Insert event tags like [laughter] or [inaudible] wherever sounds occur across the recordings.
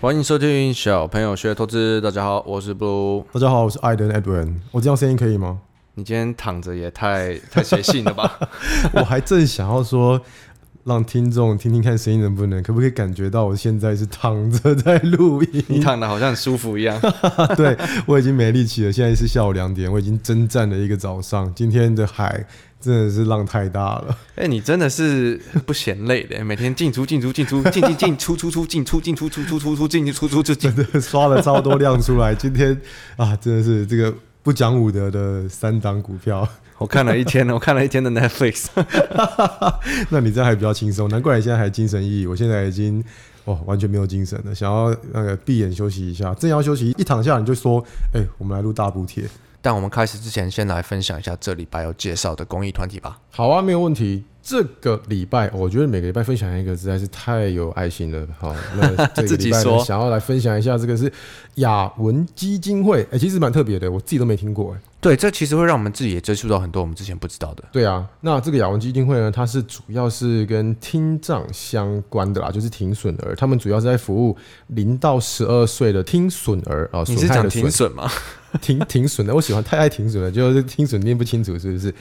欢迎收听小朋友学投资。大家好，我是布鲁。大家好，我是艾登 Edwin。我这样声音可以吗？你今天躺着也太太随性了吧？ [laughs] 我还正想要说，让听众听听看声音能不能，可不可以感觉到我现在是躺着在录你音？躺的好像很舒服一样。对我已经没力气了，现在是下午两点，我已经征战了一个早上。今天的海真的是浪太大了， [laughs] 哎、你真的是不嫌累的，哎每天进出进出进出进进进出出出进出进出出出出出进进出出出进。真的刷了超多量出来。今天啊，真的是这个不讲武德的三档股票。 [laughs] 我看了一天，我看了一天的 Netflix。 [laughs] 那你这样还比较轻松，难怪你现在还精神奕奕。我现在已经哇完全没有精神了，想要那个闭眼休息一下，正要休息，一躺下你就说，哎、我们来录大补贴。但我们开始之前，先来分享一下这礼拜要介绍的公益团体吧。好啊，没有问题。这个礼拜，我觉得每个礼拜分享一个实在是太有爱心了。好， [laughs] 那这个自己礼拜呢说想要来分享一下，这个是雅文基金会，哎、其实蛮特别的，我自己都没听过、哎。对，这其实会让我们自己也接触到很多我们之前不知道的。对啊，那这个雅文基金会呢，它是主要是跟听障相关的啦，就是听损儿，他们主要是在服务零到十二岁的听损儿啊， [laughs] 你损是害讲的停损，损吗？听听损的，我喜欢太爱听损了，就是听损念不清楚是不是？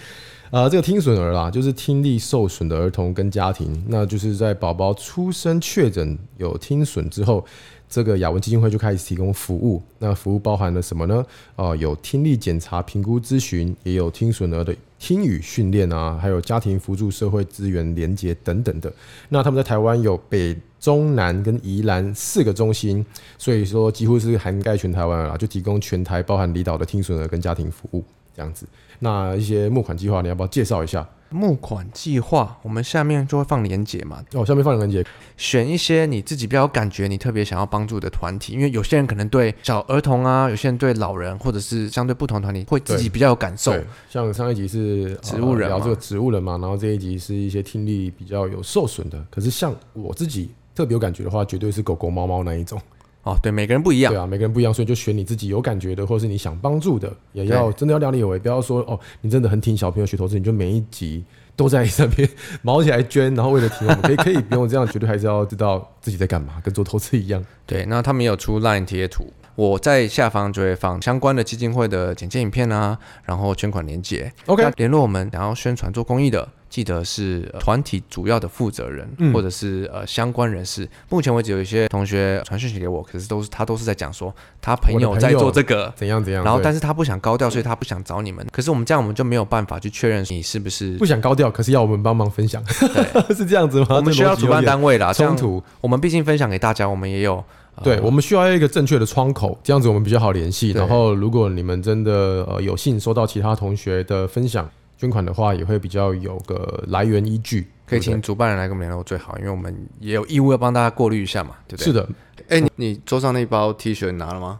啊，这个听损儿啦，就是听力受损的儿童跟家庭，那就是在宝宝出生确诊有听损之后，这个雅文基金会就开始提供服务。那服务包含了什么呢？呃，有听力检查、评估、咨询，也有听损儿的听语训练啊，还有家庭辅助、社会资源连接等等的。那他们在台湾有北中南跟宜兰四个中心，所以说几乎是涵盖全台湾了啦，就提供全台包含离岛的听损儿跟家庭服务这样子。那一些募款计划，你要不要介绍一下？募款计划，我们下面就会放链接嘛，哦，下面放两个链接。选一些你自己比较有感觉、你特别想要帮助的团体，因为有些人可能对小儿童啊，有些人对老人，或者是相对不同的团体会自己比较有感受。对，像上一集是植物人呃聊嘛这个植物人嘛，然后这一集是一些听力比较有受损的。可是像我自己特别有感觉的话，绝对是狗狗、猫猫那一种。哦，对，每个人不一样对。啊，每个人不一样，所以就选你自己有感觉的，或是你想帮助的，也要真的要量力而为，不要说哦，你真的很挺小朋友学投资，你就每一集都在那边 [laughs] 毛起来捐，然后为了挺我们，可以可以不用这样，绝对还是要知道自己在干嘛，跟做投资一样。对，那他们也有出 LINE 贴图，我在下方就会放相关的基金会的简介影片啊，然后捐款链接。 OK 那联络我们，然后宣传做公益的，记得是、呃团体主要的负责人、嗯或者是呃相关人士。目前为止，有一些同学传讯息给我，可是都是他都是在讲说他朋我的友朋在友做这个，怎样怎样，然后，对但是他不想高调，所以他不想找你们。可是我们这样，我们就没有办法去确认你是不是不想高调，可是要我们帮忙分享， [laughs] 是这样子吗？我们需要主办单位啦。位这样冲，突，我们毕竟分享给大家，我们也有呃对我们需要一个正确的窗口，这样子我们比较好联系。对然后，如果你们真的呃有幸收到其他同学的分享捐款的话，也会比较有个来源依据，可对以不对请主办人来跟我们联络最好，因为我们也有义务要帮大家过滤一下嘛，对不对？是的，哎，你你桌上那包 T 恤你拿了吗？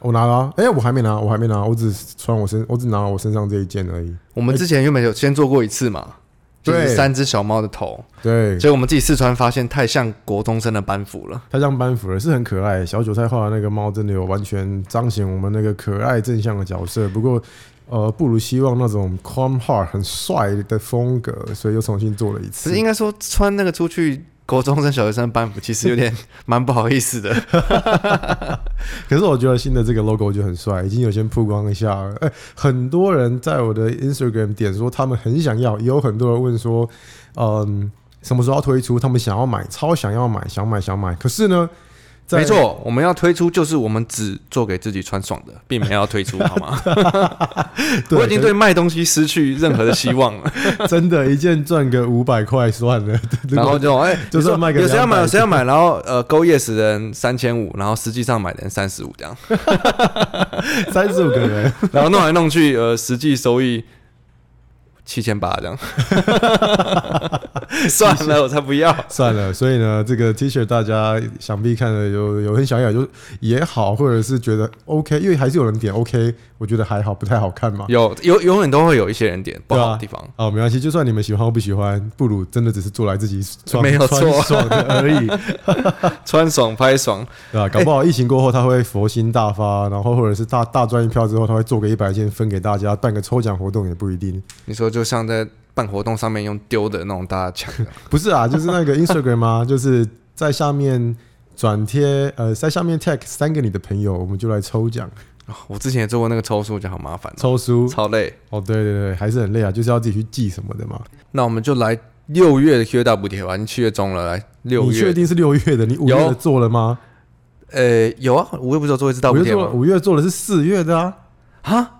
我拿了、啊，哎、我还没拿，我还没拿，我只穿我身，我只拿我身上这一件而已。我们之前原本有先做过一次嘛，就是对三只小猫的头，对，结果我们自己试穿发现太像国中生的班服了。它像班服了，是很可爱。小韭菜画的那个猫真的有完全彰显我们那个可爱正向的角色，不过。呃，不如希望那种 calm heart 很帅的风格，所以又重新做了一其次实。应该说穿那个出去。国中生、小学生的班服其实有 [laughs] 点蛮不好意思的，可是我觉得新的这个 logo 就很帅，已经有先曝光一下了。哎、很多人在我的 Instagram 点说他们很想要，也有很多人问说，嗯，什么时候要推出？他们想要买，超想要买，想买想买。可是呢，在 [laughs] 没错，我们要推出就是我们只做给自己穿爽的，并没有要推出，好吗？ [laughs] 对 [laughs] 我已经对卖东西失去任何的希望 [laughs] 了。真的，一件赚个五百块算了。然后就哎，就 [laughs] 你说算卖个有谁要买200 [laughs] 有谁要买，然后呃勾 yes 的人三千五，然后实际上买的人三十五这样，三十五个人， [laughs] [laughs] 然后弄来弄去，呃，实际收益七千八这 [laughs] 样。算了，我才不要。算了。所以呢，这个 T 恤大家想必看了有有很想要，就也好，或者是觉得 OK，因为还是有人点 OK，我觉得还好，不太好看嘛。有有永远都会有一些人点不对啊好的地方，哦，没关系，就算你们喜欢或不喜欢，布鲁真的只是做来自己爽没有错穿爽的而 [laughs] 已，穿爽拍爽，对吧、搞不好疫情过后他会佛心大发，然后或者是大大赚一票之后，他会做个一百件分给大家，办个抽奖活动也不一定。你说就像在办活动上面用丢的那种大家抢的， [laughs] 不是啊，就是那个 Instagram 啊，就是在下面转贴呃在下面 tag 三个你的朋友，我们就来抽奖哦我之前也做过那个抽书，就好麻烦、哦，抽书。超累。哦，对对对，还是很累啊，就是要自己去记什么的嘛。那我们就来六月的 Q 大补贴吧，已经七月中了，来六你确月。定是六月的？你五月的有做了吗？呃，有啊，五月不是有做一次大五补月贴做了，吗？五月做的是四月的啊。哈，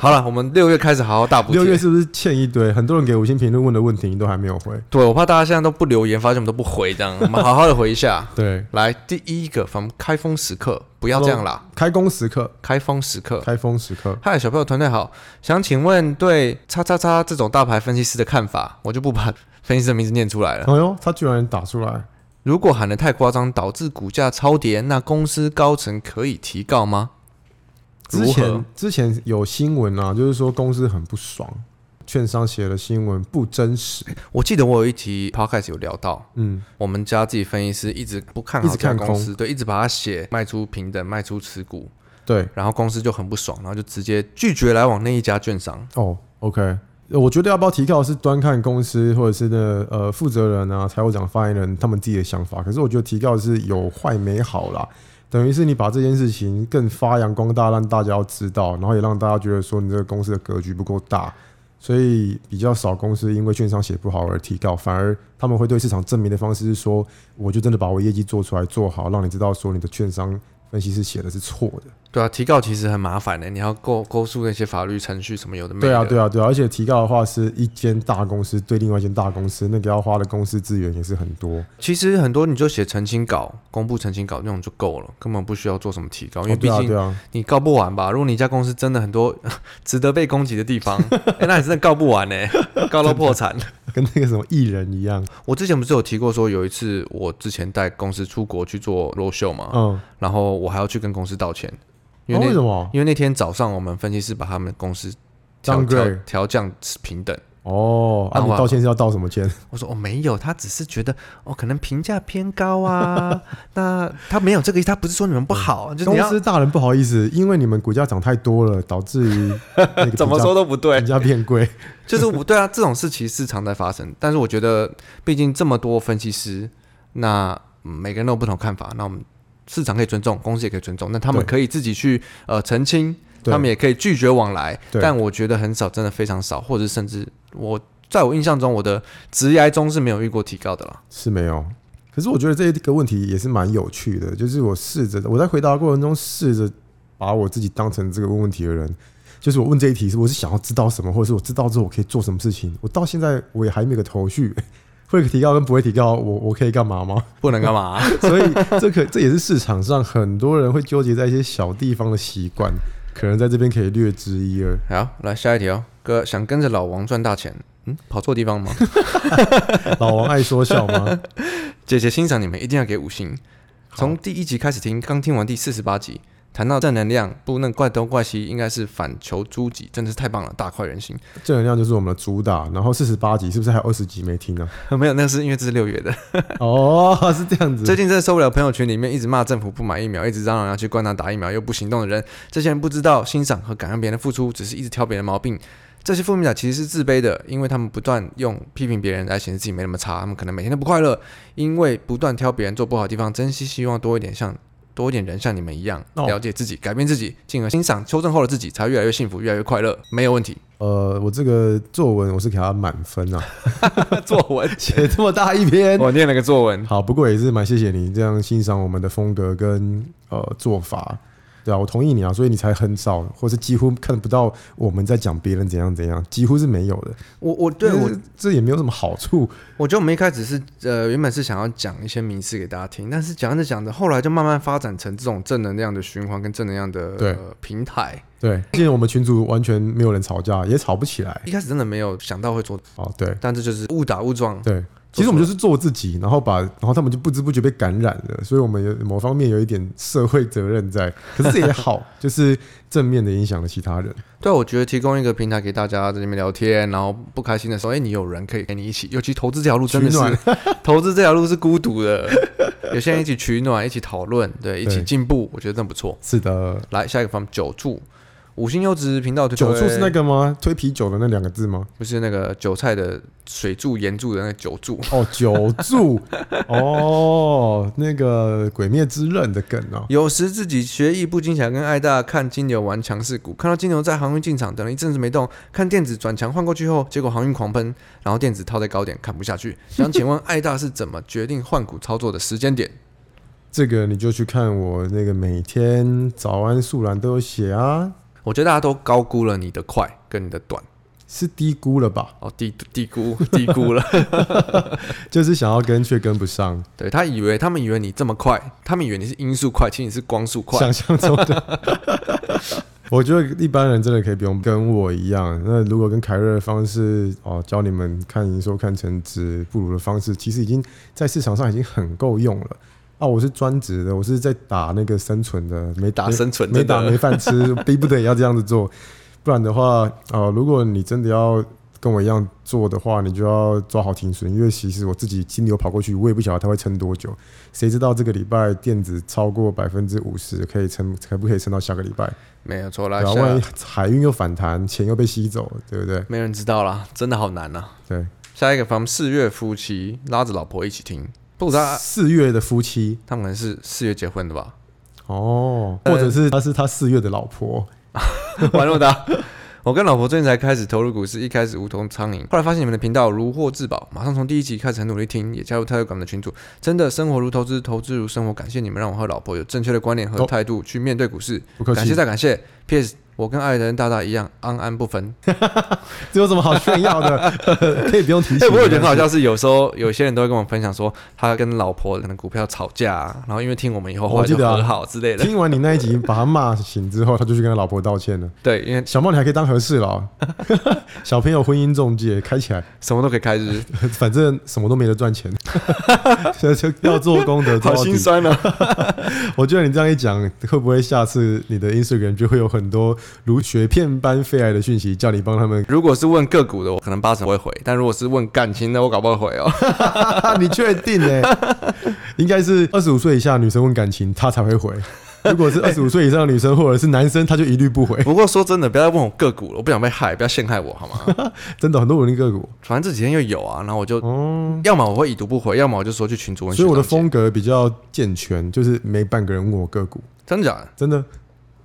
好了，我们六月开始好好大补六月贴。是不是欠一堆？很多人给五星评论问的问题，你都还没有回。对，我怕大家现在都不留言，发现我们都不回，这样我们好好的回一下。对，来，第一个，咱们开封时刻，不要这样啦，开工时刻，开封时刻。开封时刻。嗨，小朋友团队好，想请问对叉叉叉这种大牌分析师的看法，我就不把分析师的名字念出来了。哎呦，他居然打出来！如果喊得太夸张，导致股价超跌，那公司高层可以提告吗？之如前何之前有新闻啊，就是说公司很不爽，券商写的新闻不真实。我记得我有一题 podcast 有聊到，嗯，我们家自己分析师一直不看一好直这家看公司，对，一直把它写卖出平等，卖出持股，对，然后公司就很不爽，然后就直接拒绝来往那一家券商。哦，OK。我呃觉得要不要提告是端看公司或者是呢呃负责人啊、财务长、发言人他们自己的想法。可是我觉得提告是有坏没好啦，等于是你把这件事情更发扬光大，让大家要知道，然后也让大家觉得说你这个公司的格局不够大，所以比较少公司因为券商写不好而提告，反而他们会对市场证明的方式是说，我就真的把我业绩做出来做好，让你知道说你的券商分析师写的是错的。对啊，提告其实很麻烦的，你要勾勾述那些法律程序什么有的没的。对啊，对啊，对啊，而且提告的话是一间大公司对另外一间大公司，那个要花的公司资源也是很多。其实很多你就写澄清稿、公布澄清稿那种就够了，根本不需要做什么提高，因为哦毕对啊，竟对啊，你告不完吧。如果你一家公司真的很多 [laughs] 值得被攻击的地方，哎，那你真的告 [laughs] 不完呢、告到破产。跟那个什么艺人一 [laughs] 样。我之前不是有提过说，有一次我之前带公司出国去做 road show 嘛，嗯，然后我还要去跟公司道歉，因那哦为为那、什么？因为那天早上我们分析师把他们公司调 Downgrade 调调降平等。哦，啊，然你后啊道歉是要道什么歉？我说哦，没有，他只是觉得哦，可能评价偏高 [laughs] 啊。那他没有这个意思，他不是说你们不好， [laughs] 就是公你要司大人不好意思，因为你们股价涨太多了，导致于那个 [laughs] 怎么股价说都不 [laughs] 对股，价变贵。就是我对啊，这种事其实是常在发生。但是我觉得，毕竟这么多分析师，那、嗯每个人都有不同看法，那我们市场可以尊重，公司也可以尊重，那他们对可以自己去呃澄清，对他们也可以拒绝往来。对但我觉得很少，真的非常少，或者甚至我在我印象中，我的职涯中是没有遇过提高的啦。是没有。可是我觉得这一个问题也是蛮有趣的，就是我试着我在回答的过程中试着把我自己当成这个问问题的人，就是我问这一题是我是想要知道什么，或者是我知道之后我可以做什么事情，我到现在我也还没有个头绪。 [laughs] 会提高跟不会提高，我我可以干嘛啊吗？ [laughs] 不能干嘛、所以这可这也是市场上很多人会纠结在一些小地方的习惯，可能在这边可以略知一二。好，来下一题哦。哥想跟着老王赚大钱，嗯，跑错地方吗？ [laughs] 老王爱说笑吗？ [laughs] 姐姐欣赏你们，一定要给五星。从第一集开始听，刚听完第四十八集，谈到正能量，不能怪东怪西，应该是反求诸己，真的是太棒了，大快人心。正能量就是我们的主打，然后四十八集是不是还有二十集没听啊？没有，那 [laughs] 是因为这是六月的。哦， [laughs] 是这样子。嗯最近真的受不了朋友圈里面一直骂政府不买疫苗，一直嚷嚷要去灌打打疫苗又不行动的人。这些人不知道欣赏和感恩别人的付出，只是一直挑别人毛病。这些负面者其实是自卑的，因为他们不断用批评别人来显示自己没那么差，他们可能每天都不快乐，因为不断挑别人做不好的地方，珍惜希望多一点像多一点人像你们一样哦了解自己，改变自己，进而欣赏修正后的自己，才越来越幸福，越来越快乐，没有问题。呃，我这个作文我是给他满分 [laughs] 啊， [laughs] 作文，写这么大一篇。 [laughs] 我念了个作文，好，不过也是蛮谢谢你这样欣赏我们的风格跟呃做法，对啊，我同意你啊，所以你才很少或是几乎看不到我们在讲别人怎样怎样，几乎是没有的。我我对因为我这这也没有什么好处，我觉得我们一开始是呃，原本是想要讲一些名词给大家听，但是讲着讲着，后来就慢慢发展成这种正能量的循环跟正能量的对呃、平台。对，现在我们群主完全没有人吵架，也吵不起来。一开始真的没有想到会做，哦，对但这就是误打误撞。对，其实我们就是做自己，然后把，然后他们就不知不觉被感染了，所以我们有某方面有一点社会责任 [laughs] 在，可是这也好，就是正面的影响了其他 [laughs] 人。对，我觉得提供一个平台给大家在那边聊天，然后不开心的时候，哎，你有人可以跟你一起，尤其投资这条路真的取暖是， [laughs] 投资这条路是孤独的， [laughs] 有些人一起取暖，一起讨论，对，一起对进步，我觉得真的不错。是的，来，下一个方九柱，五星优质频道推酒柱是那个个吗？推啤酒的那两个字 [laughs] 吗？不是那个韭菜的水柱盐柱的那个酒柱，哦，酒柱， [laughs] 哦，那个《鬼灭之刃》的梗哦。有时自己学艺不精想跟艾大看金牛玩强势股，看到金牛在航运进场，等了一阵子没动，看电子转强换过去后，结果航运狂喷，然后电子套在高点看不下去。想请问艾大是怎么决定换股操作的时间点？这个你就去看我那个每天早安素兰都有写啊，我觉得大家都高估了你的快跟你的短，是低估了吧？哦，低低估低估了。就是想要跟却跟不上，对他以为他们以为你这么快，他们以为你是音速快，其实你是光速快。想象中的。 [laughs] 我觉得一般人真的可以不用跟我一样。那如果跟凯瑞的方式哦，教你们看营收、看成值、不如的方式，其实已经在市场上已经很够用了。啊，我是专职的，我是在打那个生存的，没打生存没真的打没饭吃，逼不得也要这样子做。不然的话，呃，如果你真的要跟我一样做的话，你就要抓好停损，因为其实我自己金牛跑过去，我也不晓得它会撑多久。谁知道这个礼拜电子超过百分之五十，可以撑，可不可以撑到下个礼拜？没有错啦，然后啊万一下海运又反弹，钱又被吸走，对不对？没人知道啦，真的好难呐、对。下 [laughs] 啊一个，from 四月夫妻拉着老婆一起听，不知道四月的夫妻他们可能是四月结婚的吧？哦，呃或者是他是他四月的老婆，玩那么大。我跟老婆最近才开始投入股市，一开始无头苍蝇，后来发现你们的频道如获至宝，马上从第一集开始很努力听，也加入 Telegram 的群组。真的，生活如投资，投资如生活。感谢你们让我和老婆有正确的观念和哦态度去面对股市，不客感谢气，再感谢。P.S. 我跟爱人大大一样，安安不分。这有什么好炫耀 [laughs] 的？可以不用提醒。哎、不过我觉得很好笑是，有时候有些人都会跟我分享说，他跟老婆可能股票吵架、啊，然后因为听我们以后哦后来就我记得啊和好之类的。听完你那一集，把他骂醒之后，他就去跟他老婆道歉了。对，因为小茂，你还可以当和事 [laughs] 佬，小朋友婚姻中介开起来，什么都可以开始，反正什么都没得赚 [laughs] 钱， [laughs] 所以就要做功德做好到底心。酸啊。 [laughs] 我觉得你这样一讲，会不会下次你的 Instagram 就会有很多如雪片般飞来的讯息，叫你帮他 [laughs] 们？如果是问个股的，我可能八成不会回；但如果是问感情的，我搞不好会回哦。 [laughs] 啊你确定呢、应该是二十五岁以下女生问感情，她才会回。如果是二十五岁以上的女生或者是男生，他就一律不回。不过说真的，不要再问我个股了，我不想被害，不要陷害我好吗？真的很多人个股，反正这几天又有啊，然后我就、哦要么我会已读不回，要么我就说去群主问学所以长姐。我的风格比较健全，就是没半个人问我个股，真的假的？真的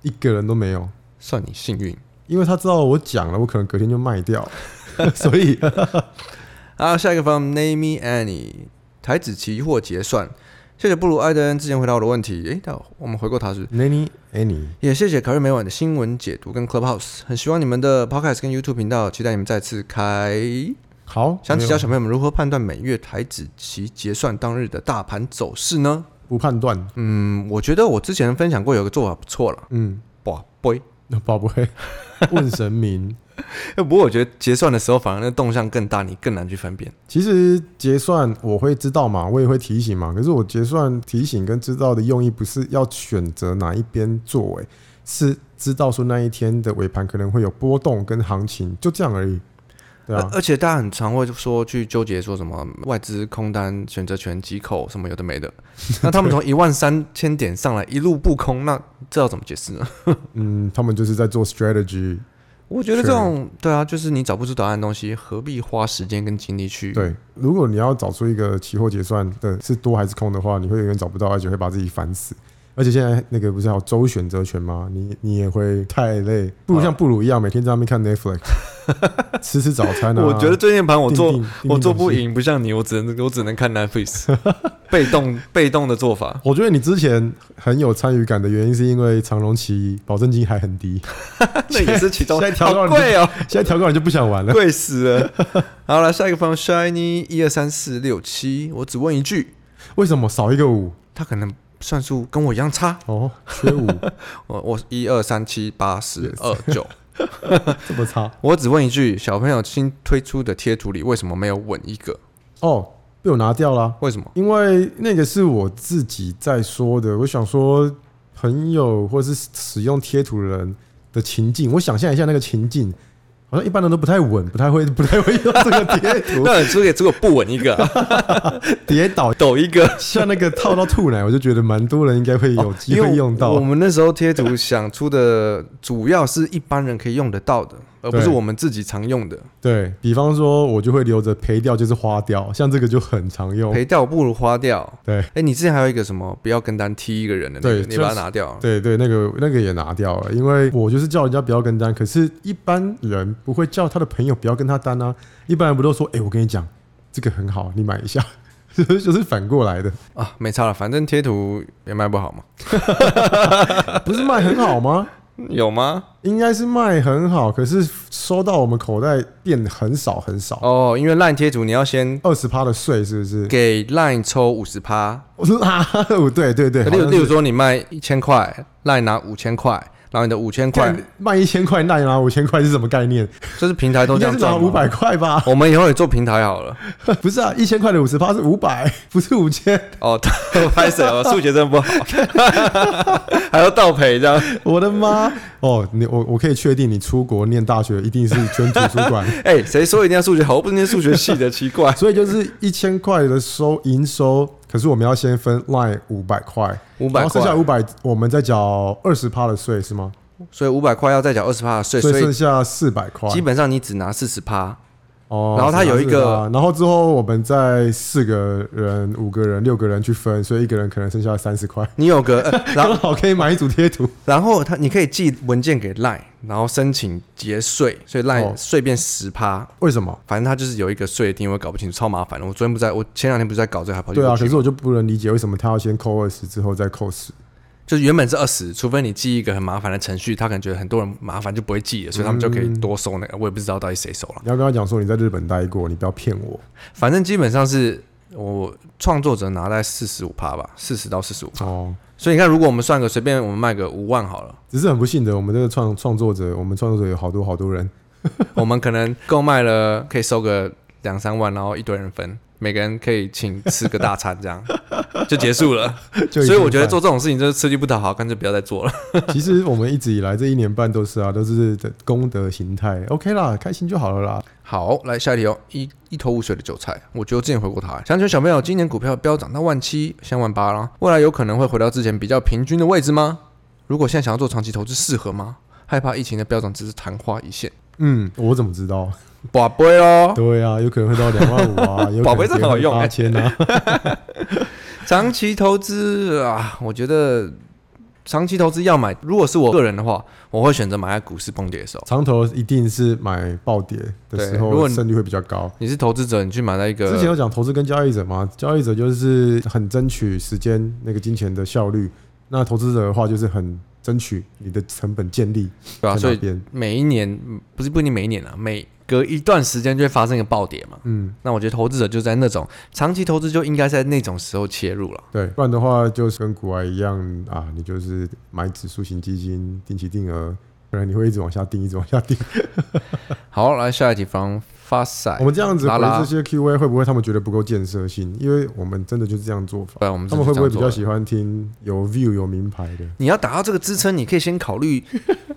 一个人都没有。算你幸运因为他知道我讲了，我可能隔天就卖 [laughs] 掉，所以啊！下一个 from Name Me Annie，台子期货结算，谢谢布鲁艾登之前回答我的问题，诶，那我们回过他是 Nanny Annie，也谢谢凯瑞每晚的新闻解读跟 Clubhouse，很喜欢你们的 Podcast 跟 YouTube 频道，期待你们再次开。好，想请教没小朋友们如何判断每月台子期结算当日的大盘走势呢？有不判断，嗯，我觉得我之前分享过有个做法不错了，嗯，哇，boy，那宝不会问神明。不过我觉得结算的时候反而那动向更大，你更难去分辨。其实结算我会知道嘛，我也会提醒嘛。可是我结算提醒跟知道的用意不是要选择哪一边做、欸，是知道说那一天的尾盘可能会有波动跟行情，就这样而已。对啊而，而且大家很常会说去纠结说什么外资空单选择权几口什么有的 [laughs] 没的，那他们从一万三千点上来一路不空，那这要怎么解释呢？嗯，他们就是在做 strategy， [laughs] 我觉得是这种对啊，就是你找不出答案的东西，何必花时间跟精力去？，对，如果你要找出一个期货结算的是多还是空的话，你会永远找不到，而且会把自己烦死。而且现在那个不是还有周选择权吗？你你也会太啊累，不如像布鲁一样每天在那边看 [laughs] Netflix，吃吃早餐啊。我觉得最近盘我定做定定定我做东西不。赢，不像你，我只能我只能看 [laughs] Netflix，被动被动的做 [laughs] 法。我觉得你之前很有参与感的原因，是因为长隆期保证金还很低， [laughs] 那也是其中，现在调好到贵哦，现在调高你就不想玩了。贵死了。好了，下一个方 Shiny 一二三四六七，我只问一句，为什么少一个五？他可能算数跟我一样差，哦，缺 [laughs] 五我我一二三七八啊十二九，这么差我只问一句，小朋友新推出的贴图里为什么没有吻一个？哦，被我拿掉了。啊为什么？因为那个是我自己在说的，我想说朋友或是使用贴图的人的情境，我想象一下那个情境，好像一般人都不太稳，不太会，不太会用这个叠 [laughs] 图 [laughs] 那输给如果不稳一个 [laughs] 啊、叠倒，抖一个，哦像那个套到吐奶，我就觉得蛮多人应该会有机因为会用到。我们那时候贴图想出的主要是一般人可以用得到的，而不是我们自己常用的。对比方说，我就会留着赔掉，就是花掉，像这个就很常用。赔掉不如花掉。对哎，你之前还有一个什么不要跟单踢一个人的那个，对你就把它是拿掉。啊对对，那个那个也拿掉了，因为我就是叫人家不要跟单，可是一般人不会叫他的朋友不要跟他单啊。一般人不都说，哎、我跟你讲，这个很好，你买一下， [laughs] 就是反过来的，啊，没差了，反正贴图也卖不好嘛。不是卖很好吗？有吗？应该是卖很好，可是收到我们口袋变很少很少，哦，因为烂贴图你要先二十趴的税是不是？给 Line 抽五十趴，我说啊， [laughs] 对对对，好例如像例如是说你卖一千块，Line 拿五千块，然后你的五千 [laughs] 块干卖一千块，那你拿五千块是什么概念？就是平台都应这该样是拿赚五嘛。百块吧？ [laughs] 我们以后也做平台好了。不是啊，一千块的五十趴是五百，不是五千。哦，拍谁？我数学真 [laughs] 不好，还要倒赔这样。我的妈！ [laughs] 哦，你我我可以确定，你出国念大学一定是捐图书馆，哎、谁说一定要数学好？我不是念数学系的，奇怪。所以就是一千块的收营收，可是我们要先分 line 五百块， 500然后剩下块五百我们再缴二十趴的税是吗？所以五百块要再缴二十趴的税，所所以剩以下四百块。基本上你只拿四十趴。哦，然后它有一个是啊，然后之后我们再四个人、五个人、六个人去分，所以一个人可能剩下三十块，你有个，呃 [laughs] 然刚后好可以买一组贴图。然后他你可以寄文件给 Line，然后申请节税，所以 Line 哦税变十趴。为什么？反正他就是有一个税的定位，我搞不清楚，超麻烦的。我昨天不在，我前两天不是在搞这个，还跑去对啊，可去是我就不能理解为什么他要先扣二十，之后再扣十。就是原本是二十，除非你记一个很麻烦的程序，他可能觉得很多人麻烦就不会记了，所以他们就可以多收那个。我也不知道到底谁收了，你要跟他讲说你在日本待过，你不要骗我。反正基本上是我创作者拿在四十五趴吧，四十到四十五。哦，所以你看，如果我们算个随便，我们卖个五万好了， [laughs] 只是很不幸的，我们这个创创作者，我们创作者有好多好多人， [laughs] 我们可能购买了可以收个两三万，然后一堆人分，每个人可以请吃个大餐，这样就结束了。 [laughs] 就已经所以我觉得很做这种事情就是吃力不讨好，干脆不要再做了。烦，其实我们一直以来这一年半都是啊，都是的功德形态，OK 啦，开心就好了啦。好，来下一题哦，一一头雾水的韭菜，我觉得我之前回过他，想请问小朋友，今年股票飙涨到万七，像万八啦，未来有可能会回到之前比较平均的位置吗？如果现在想要做长期投资，适合吗？害怕疫情的飙涨只是昙花一现，嗯，我怎么知道？宝贝哦，对啊，有可能会到两万五 [laughs] 啊，有宝可贝能真好用八千 [laughs] 啊。长期投资啊，我觉得长期投资要买，如果是我个人的话，我会选择买在股市崩跌的时候。长头一定是买暴跌的时对如果候，你胜率会比较高。你是投资者，你去买在一之前个有讲投资跟交易者嘛，交易者就是很争取时间那个金钱的效率，那投资者的话就是很争取你的成本建立对在吧、啊所那以边。每一年嗯不是不一定每一年啊，每隔一段时间就会发生一个暴跌嘛。嗯，那我觉得投资者就在那种长期投资就应该在那种时候切入了。对，不然的话就是跟股外一样啊，你就是买指数型基金，定期定额，不然你会一直往下定，一直往下定。好，来下一题方发赛我，们这样子哎拉回拉这些 Q&A，会不会他们觉得不够建设性？因为我们真的就是这样做法。对，我们他们会不会比较喜？喜欢听有 view 有名牌的？。你要达到这个支撑，你可以先考虑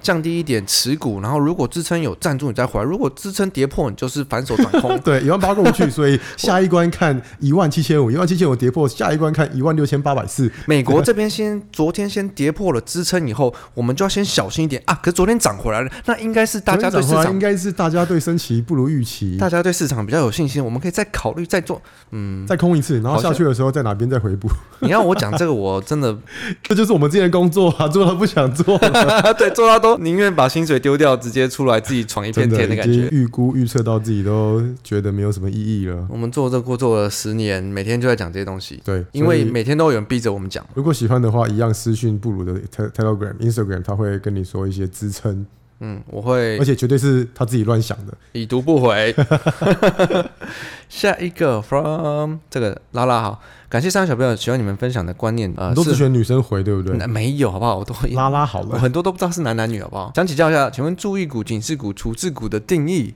降低一点持股，然后如果支撑有站住，你再回来；如果支撑跌破，你就是反手转空 [laughs] 对，一万八过不 [laughs] 去，所以下一关看一万七千五，一万七千五跌破，下一关看一万六千八百四。美国这边先昨天先跌破了支撑以后，我们就要先小心一点啊。可是昨天涨回来了，那应该是大家对市昨天涨回来场应该是大家对升旗不如预期，大家对市场比较有信心，我们可以再考虑再做。嗯，再空一次，然后下去的时候在哪边再回补， [laughs] 你要我讲这个，我真的这就是我们之前的工作啊，做到不想做了，对 [laughs] 做到都宁愿把薪水丢掉，直接出来自己闯一真片的天的已感经觉。预估预测到自己都觉得没有什么意义了。我们做这个做了十年，每天就在讲这些东西，对，因为所以每天都有人逼着我们讲。如果喜欢的话，一样私讯布鲁的 Te- Telegram、Instagram，他会跟你说一些支撑，嗯，我会而且绝对是他自己乱想的。已读不回。 [laughs] 下一个 from 这个拉拉好，感谢三位小朋友喜欢你们分享的观念啊，你呃都只是选女生回，对不对？那没有好不好？我都拉拉好我了，很多都不知道是男男女好不好？想请教一下，请问注意股、警示股、处置股的定义，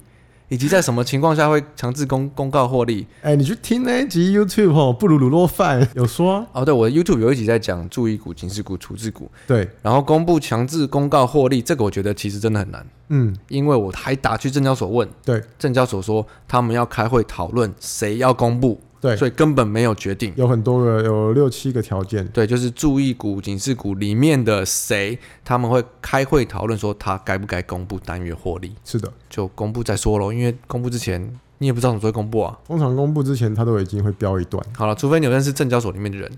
以及在什么情况下会强制公公告获利。哎、你去听那一集 YouTube 哦，不如卤肉 [laughs] 饭有说、啊，哦，对，我的 YouTube 有一集在讲注意股、警示股、处置股，对，然后公布强制公告获利，这个我觉得其实真的很难，嗯，因为我还打去证交所问，对证交所说他们要开会讨论谁要公布，对，所以根本没有决定。有很多个，有六七个条件，对，就是注意股、警示股里面的谁，他们会开会讨论说他该不该公布单月获利，是的，就公布再说咯，因为公布之前你也不知道什么时候会公布啊。通常公布之前他都已经会标一段，好了，除非你有认识证交所里面 [laughs] 的人，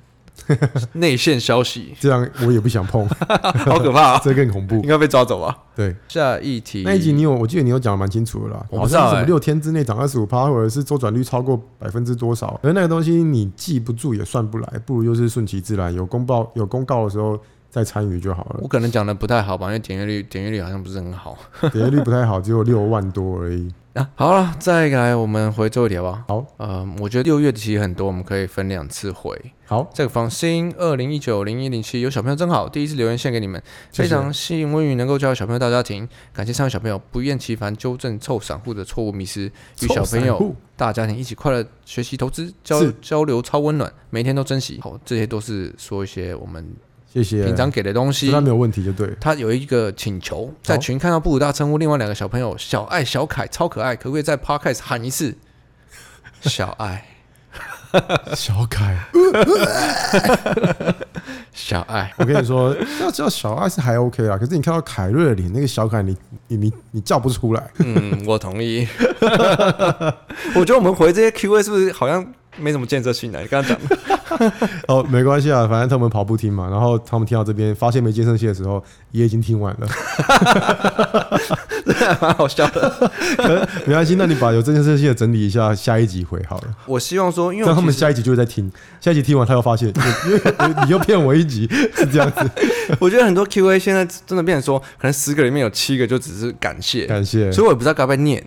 内线消息，这样我也不想 [laughs] 碰，好可怕、啊，这更恐怖应。该被抓走吧？对，下一题，那一集你有，我记得你有讲的蛮清楚的啦，我好不知像道是什么欸六天之内涨二十五趴，或者是周转率超过百分之多少，而那个东西你记不住也算不来，不如就是顺其自然，有公报有公告的时候再参与就好了我。可能讲的不太好吧，因为点阅率点阅率好像不是很好 [laughs] 点击率不太好，只有六万多而已。啊。好了，再来我们回最后一题好不好？好，呃，我觉得六月的题很多，我们可以分两次回。好，这个放心，二零一九零一零七有小朋友真好，第一次留言献给你们，谢谢非常幸运于能够教育小朋友大家庭，感谢三位小朋友不厌其烦纠正臭散户的错误迷失， [laughs] 与小朋臭散友户大家庭一起快乐学习投资交是交流超温暖，每天都珍惜。好，这些都是说一些我们谢谢。平常给的东知西道。没有问题就对 [laughs] 了。他有一个请求，在群看到布鲁大称呼另外两个小朋友小爱、小凯，超可爱，可不可以在 podcast 喊一 [laughs] 次？小爱，小凯，小爱，我跟你说， [laughs] 要叫小爱是还 OK 啦，可是你看到凯瑞的脸，那个小凯你，你你你叫不出来。嗯，我同意。 [laughs] 我觉得我们回这些 Q&A 是不是好像没什么建设性啊呢？你刚刚讲的，哦，没关系啊，反正他们跑步听嘛。然后他们听到这边发现没接上线的时候，也已经听完了。 [laughs] 真的还蛮好笑 [laughs] 的。没关系，那你把有这件事情的整理一下，下一集回好了。我希望说，因这为我样他们其实下一集就会在听，下一集听完他又发现， [laughs] 因为因为你又骗我一集，是这样 [laughs] 子。我觉得很多 Q&A 现在真的变成说，可能十个里面有七个就只是感谢，感谢。所以我也不知道该不该念，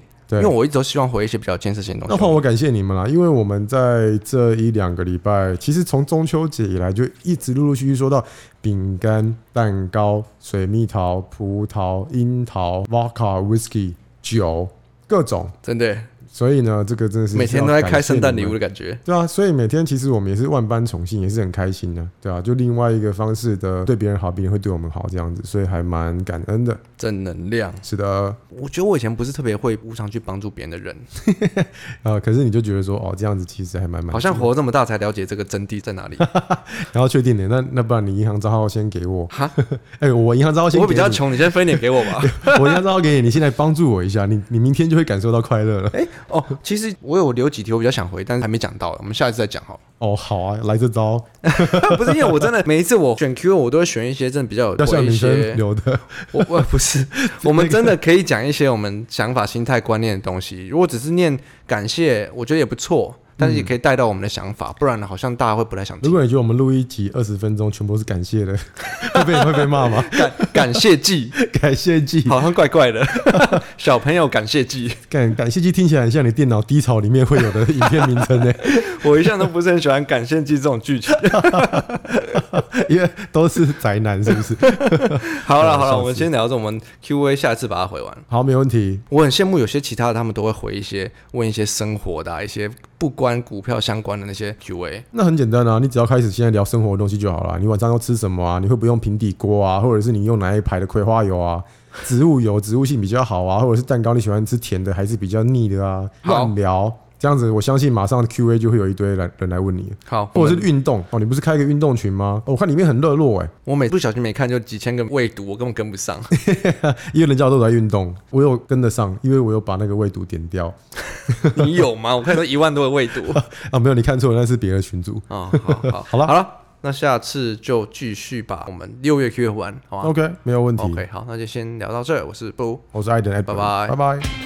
对因为我一直都希望回一些比较建设性的那东换西。我感谢你们啦，因为我们在这一两个礼拜，其实从中秋节以来就一直陆陆续续收到饼干、蛋糕、水蜜桃、葡萄、樱桃、vodka、whisky、酒各种，真的，所以呢，这个真的是每天都在要感谢开圣诞礼你物们。的感觉。对啊，所以每天其实我们也是万般宠幸，也是很开心的，对啊，就另外一个方式的对别人好，别人会对我们好这样子，所以还蛮感恩的。正能量。是的，我觉得我以前不是特别会无偿去帮助别人的人，呃，可是你就觉得说，哦，这样子其实还蛮蛮好像活这么大才了解这个真谛在哪里。然后确定的，那那不然你银行账号先给我。哈， [laughs] 哎、我银行账号先给 [laughs] 我你比较，穷，你先分一点给我吧。我银行账号给你，你先来帮助我一下，你你明天就会感受到快乐了。哎、 [laughs] 哦，其实我有留几题我比较想回，但是还没讲到，我们下一次再讲好了。 [laughs] 哦，好啊，来这招，不是因为我真的每一次我选 [laughs] Q，我都会选一些真的比较有要向一女些生，留的，我我 [laughs] 不是，我们真的可以讲一些我们想法、心态、观念的东西。如果只是念感谢，我觉得也不错，但是也可以带到我们的想法，不然好像大家会不太想如听。果你觉得我们录一集二十分钟全部都是感谢的， [laughs] 会被会被骂吗？感 [laughs] 感谢季感谢季，好像怪怪的， [laughs] 小朋友感谢季。感感谢季听起来很像你电脑低潮里面会有的影片名称呢、我一向都不是很喜欢感谢祭这种剧情。因为都是宅男，是不是？好了嗯上好了，次我们先聊着，我们 Q&A 下次把它回完。好，没问题。我很羡慕有些其他的，他们都会回一些问一些生活的、啊、一些不关股票相关的那些 Q&A。那很简单啊，你只要开始现在聊生活的东西就好了。你晚上要吃什么啊？你会不会用平底锅啊？或者是你用哪一排的葵花油啊？植物油植物性比较好啊，或者是蛋糕你喜欢吃甜的还是比较腻的啊？好乱聊这样子，我相信马上 Q&A 就会有一堆来人来问你，好，或者是我运动哦，你不是开个运动群吗？哦我看里面很热络哎、我每不小心没看就几千个未读，我根本跟不上。 [laughs] 因为人家都在运动，我有跟得上，因为我有把那个未读点掉你有吗？我看都一万多个未读。啊，没有你看错了，那是别的群组。哦，好 [laughs] 好好了好了，那下次就继续把我们六月 Q&A 完，好吗 OK，没有问题。 ？OK，好，那就先聊到这儿。我是布鲁。我是艾登，拜拜拜拜。